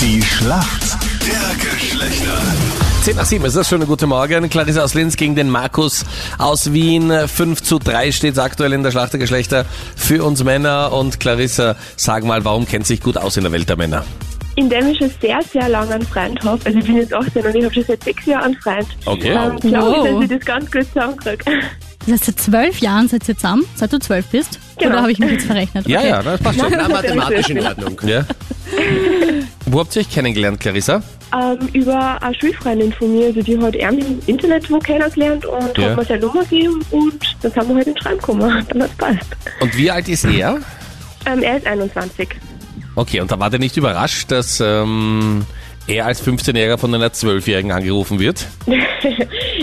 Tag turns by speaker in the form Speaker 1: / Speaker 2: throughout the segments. Speaker 1: Die Schlacht der Geschlechter.
Speaker 2: 10 nach 7 ist das schon ein guter Morgen. Clarissa aus Linz gegen den Markus aus Wien. 5 zu 3 steht aktuell in der Schlacht der Geschlechter für uns Männer. Und Clarissa, sag mal, warum kennt sich gut aus in der Welt der Männer?
Speaker 3: Indem ich schon sehr, sehr lange einen Freund habe. Also ich bin jetzt 18 und ich habe schon seit sechs Jahren einen Freund.
Speaker 2: Okay.
Speaker 3: Ähm, glaube
Speaker 4: Wow.
Speaker 3: ich, dass ich das ganz gut zusammenkriege.
Speaker 4: Das heißt, seit zwölf Jahren seid ihr zusammen, seit du zwölf bist.
Speaker 3: Genau.
Speaker 4: Oder habe ich mich jetzt verrechnet?
Speaker 2: Ja,
Speaker 4: okay.
Speaker 2: ja, das passt schon.
Speaker 5: Na, mathematisch in Ordnung.
Speaker 2: Ja. Wo habt ihr euch kennengelernt, Clarissa?
Speaker 3: Ähm, über eine Schulfreundin von mir, also die hat er im Internet wo kennengelernt und
Speaker 2: Ja.
Speaker 3: hat mir seine Nummer gegeben und dann sind wir halt ins Schreiben gekommen. Dann hat's passt.
Speaker 2: Und wie alt ist er?
Speaker 3: Ähm, er ist 21.
Speaker 2: Okay, und da war der nicht überrascht, dass ähm, er als 15-Jähriger von einer 12-Jährigen angerufen wird?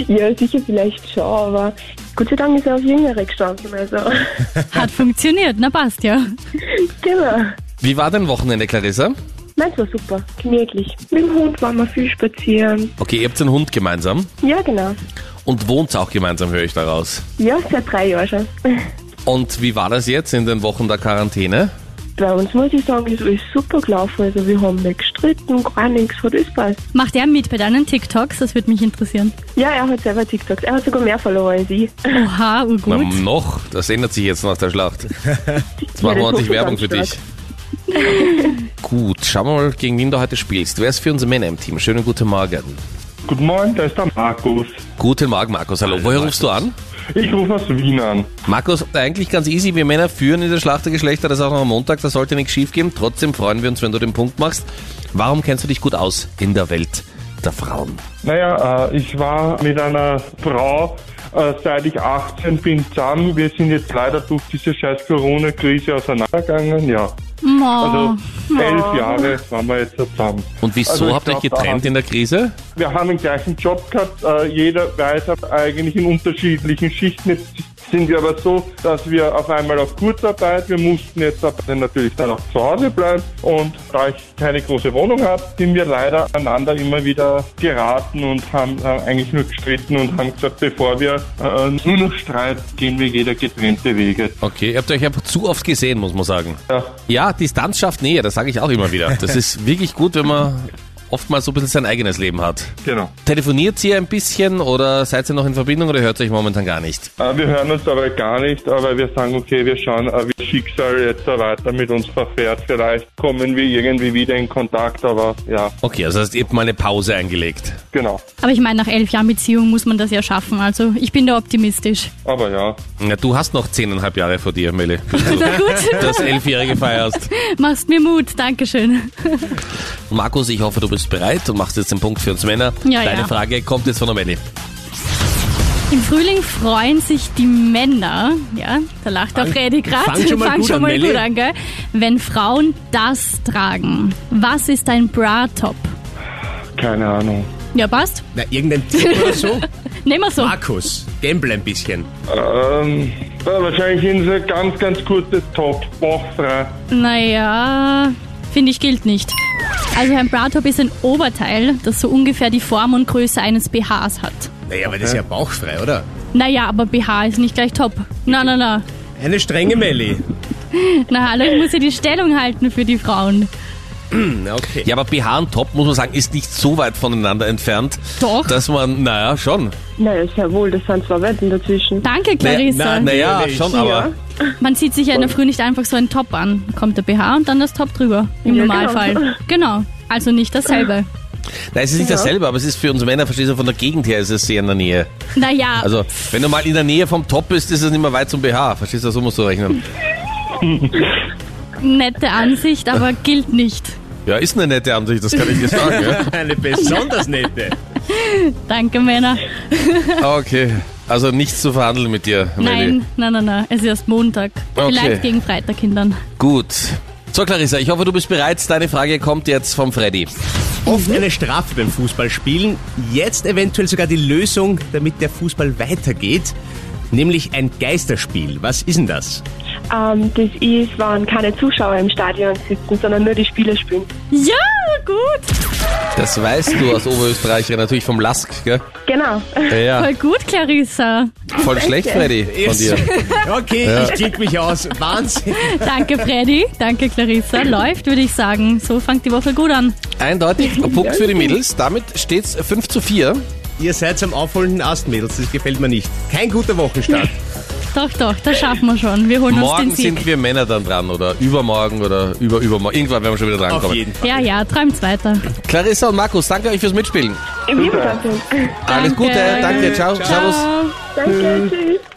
Speaker 3: ja, sicher vielleicht schon, aber Gott sei Dank ist er auf Jüngere gestanden. Also,
Speaker 4: Hat funktioniert, na passt ja.
Speaker 3: genau.
Speaker 2: Wie war dein Wochenende, Clarissa?
Speaker 3: Meins war super, gemütlich. Mit dem Hund waren wir viel spazieren.
Speaker 2: Okay, ihr habt einen Hund gemeinsam
Speaker 3: Ja, genau.
Speaker 2: und wohnt auch gemeinsam, höre ich daraus.
Speaker 3: Ja, seit drei Jahren schon.
Speaker 2: Und wie war das jetzt in den Wochen der Quarantäne?
Speaker 3: Bei uns muss ich sagen, ist alles super gelaufen. Also wir haben nicht gestritten, gar nichts, hat alles passt.
Speaker 4: Macht er mit bei deinen TikToks? Das würde mich interessieren.
Speaker 3: Ja, er hat selber TikToks. Er hat sogar mehr Follower als ich.
Speaker 4: Oha, urgut.
Speaker 2: Na, noch, das ändert sich jetzt nach der Schlacht. Jetzt machen wir
Speaker 3: das
Speaker 2: ordentlich
Speaker 3: ist
Speaker 2: Werbung
Speaker 3: ganz
Speaker 2: für dich.
Speaker 3: stark.
Speaker 2: Gut, schauen wir mal, gegen wen du heute spielst. Wer ist für unsere Männer im Team? Schönen guten Morgen.
Speaker 6: Guten Morgen, da ist der Markus.
Speaker 2: Guten Morgen, Markus. Hallo, woher rufst du an?
Speaker 6: Ich rufe aus Wien an.
Speaker 2: Markus, eigentlich ganz easy. Wir Männer führen in der Schlacht der Geschlechter, das ist auch noch am Montag, da sollte nichts schief gehen. Trotzdem freuen wir uns, wenn du den Punkt machst. Warum kennst du dich gut aus in der Welt der Frauen?
Speaker 6: Naja, äh, ich war mit einer Frau, äh, seit ich 18 bin, zusammen. Wir sind jetzt leider durch diese scheiß Corona-Krise auseinandergegangen. Ja, also
Speaker 4: Mo.
Speaker 6: elf Jahre waren wir jetzt zusammen.
Speaker 2: Und wieso
Speaker 6: Also ich
Speaker 2: habt ihr euch
Speaker 6: glaub, da
Speaker 2: getrennt
Speaker 6: haben-
Speaker 2: in der Krise?
Speaker 6: Wir haben den gleichen Job gehabt. Äh, jeder weiß aber eigentlich in unterschiedlichen Schichten. Jetzt sind wir aber so, dass wir auf einmal auf Kurzarbeit, wir mussten jetzt aber natürlich dann auch zu Hause bleiben. Und da ich keine große Wohnung habe, sind wir leider einander immer wieder geraten und haben äh, eigentlich nur gestritten und haben gesagt, bevor wir äh, nur noch streiten, gehen wir jeder getrennte Wege.
Speaker 2: Okay, ihr habt euch einfach zu oft gesehen, muss man sagen.
Speaker 6: Ja.
Speaker 2: Ja, Distanz schafft Nähe, das sage ich auch immer wieder. Das ist wirklich gut, wenn man oftmals so ein bisschen sein eigenes Leben hat.
Speaker 6: Genau.
Speaker 2: Telefoniert ihr ein bisschen oder seid ihr noch in Verbindung oder hört ihr euch momentan gar nicht?
Speaker 6: Äh, Wir hören uns aber gar nicht, aber wir sagen, okay, wir schauen, äh, wie das Schicksal jetzt da weiter mit uns verfährt. Vielleicht kommen wir irgendwie wieder in Kontakt, aber ja,
Speaker 2: Okay, also hast ihr habt mal eine Pause eingelegt.
Speaker 6: genau.
Speaker 4: Aber ich meine, nach elf Jahren Beziehung muss man das ja schaffen. Also ich bin da optimistisch.
Speaker 6: Aber ja,
Speaker 2: Na, du hast noch zehneinhalb Jahre vor dir, Melle, bis du
Speaker 4: Na gut,
Speaker 2: das Elfjährige feierst.
Speaker 4: machst mir Mut. Dankeschön.
Speaker 2: Markus, ich hoffe, du bist bereit und machst jetzt den Punkt für uns Männer.
Speaker 4: Ja,
Speaker 2: Deine
Speaker 4: ja.
Speaker 2: Frage kommt jetzt von der Melle.
Speaker 4: Im Frühling freuen sich die Männer, ja, da lacht der Freddy gerade,
Speaker 5: fang schon mal gut an, Melli.
Speaker 4: gut an, gell? Wenn Frauen das tragen. Was ist ein Bra-Top?
Speaker 6: keine Ahnung.
Speaker 4: Ja, passt.
Speaker 5: Na, irgendein Tipp oder so?
Speaker 4: Nehmen wir so.
Speaker 5: Markus, gamble ein bisschen.
Speaker 6: Ähm, äh, wahrscheinlich in so ein ganz, ganz kurzes Top, bauchfrei.
Speaker 4: Naja, finde ich gilt nicht. Also ein Bra-Top ist ein Oberteil, das so ungefähr die Form und Größe eines BHs hat.
Speaker 5: Naja, aber das ist ja bauchfrei, oder?
Speaker 4: Naja, aber BH ist nicht gleich top. Na, na, na.
Speaker 5: Eine strenge Melli.
Speaker 4: Na, hallo, ich muss ja die Stellung halten für die Frauen.
Speaker 5: Na, okay.
Speaker 2: Ja, aber BH und Top, muss man sagen, ist nicht so weit voneinander entfernt,
Speaker 4: Doch.
Speaker 2: dass man, naja, schon.
Speaker 3: Naja, sehr wohl, das sind zwei Welten dazwischen.
Speaker 4: Danke, Clarissa.
Speaker 5: na, na,
Speaker 2: Naja,
Speaker 5: Natürlich.
Speaker 2: schon, aber...
Speaker 4: Man zieht sich ja in der Früh nicht einfach so einen Top an. Kommt der BH und dann das Top drüber. Im
Speaker 3: Ja,
Speaker 4: Normalfall. Genau. Also nicht dasselbe.
Speaker 2: Nein, es ist nicht dasselbe, aber es ist für uns Männer, verstehst du, von der Gegend her ist es sehr in der Nähe.
Speaker 4: Naja,
Speaker 2: Also, wenn du mal in der Nähe vom Top bist, ist es nicht mehr weit zum BH. Verstehst du, so musst du rechnen.
Speaker 4: nette Ansicht, aber gilt nicht.
Speaker 2: Ja, ist eine nette Ansicht, das kann ich dir sagen. Ja?
Speaker 5: Eine besonders nette.
Speaker 4: Danke, Männer.
Speaker 2: Okay, also nichts zu verhandeln mit dir, Melli.
Speaker 4: Nein, nein, nein, nein. Es ist erst Montag.
Speaker 2: Okay.
Speaker 4: Vielleicht gegen Freitag hin dann.
Speaker 2: Gut. So, Clarissa, ich hoffe, du bist bereit. Deine Frage kommt jetzt vom Freddy.
Speaker 5: Oft eine Strafe beim Fußballspielen, jetzt eventuell sogar die Lösung, damit der Fußball weitergeht, nämlich ein Geisterspiel. Was ist denn das?
Speaker 3: Ähm, das ist, wenn keine Zuschauer im Stadion sitzen, sondern nur die Spieler spielen.
Speaker 4: Ja, gut.
Speaker 2: Das weißt du als Oberösterreicher natürlich vom Lask, gell?
Speaker 3: Genau.
Speaker 2: Ja,
Speaker 4: Voll gut, Clarissa.
Speaker 2: voll schlecht, Freddy, von dir.
Speaker 5: Okay, ich klick mich aus. Wahnsinn.
Speaker 4: Danke, Freddy. Danke, Clarissa. Läuft, würde ich sagen. So fängt die Woche gut an.
Speaker 2: Eindeutig, Punkt für die Mädels. Damit steht's 5 zu 4.
Speaker 5: Ihr seid am aufholenden Ast, Mädels. Das gefällt mir nicht. Kein guter Wochenstart.
Speaker 4: Doch, doch, das schaffen wir schon. Wir holen
Speaker 2: Morgen
Speaker 4: uns den Sieg.
Speaker 2: sind wir Männer dann dran oder übermorgen oder über, übermorgen. Irgendwann werden wir schon wieder
Speaker 5: Auf
Speaker 2: drankommen.
Speaker 5: jeden Fall.
Speaker 4: Ja, ja, träumt's weiter.
Speaker 2: Clarissa und Markus, danke euch fürs Mitspielen.
Speaker 3: Im Übrigen.
Speaker 2: Alles Gute, danke, ciao, servus.
Speaker 4: Ciao.
Speaker 3: Danke, tschüss.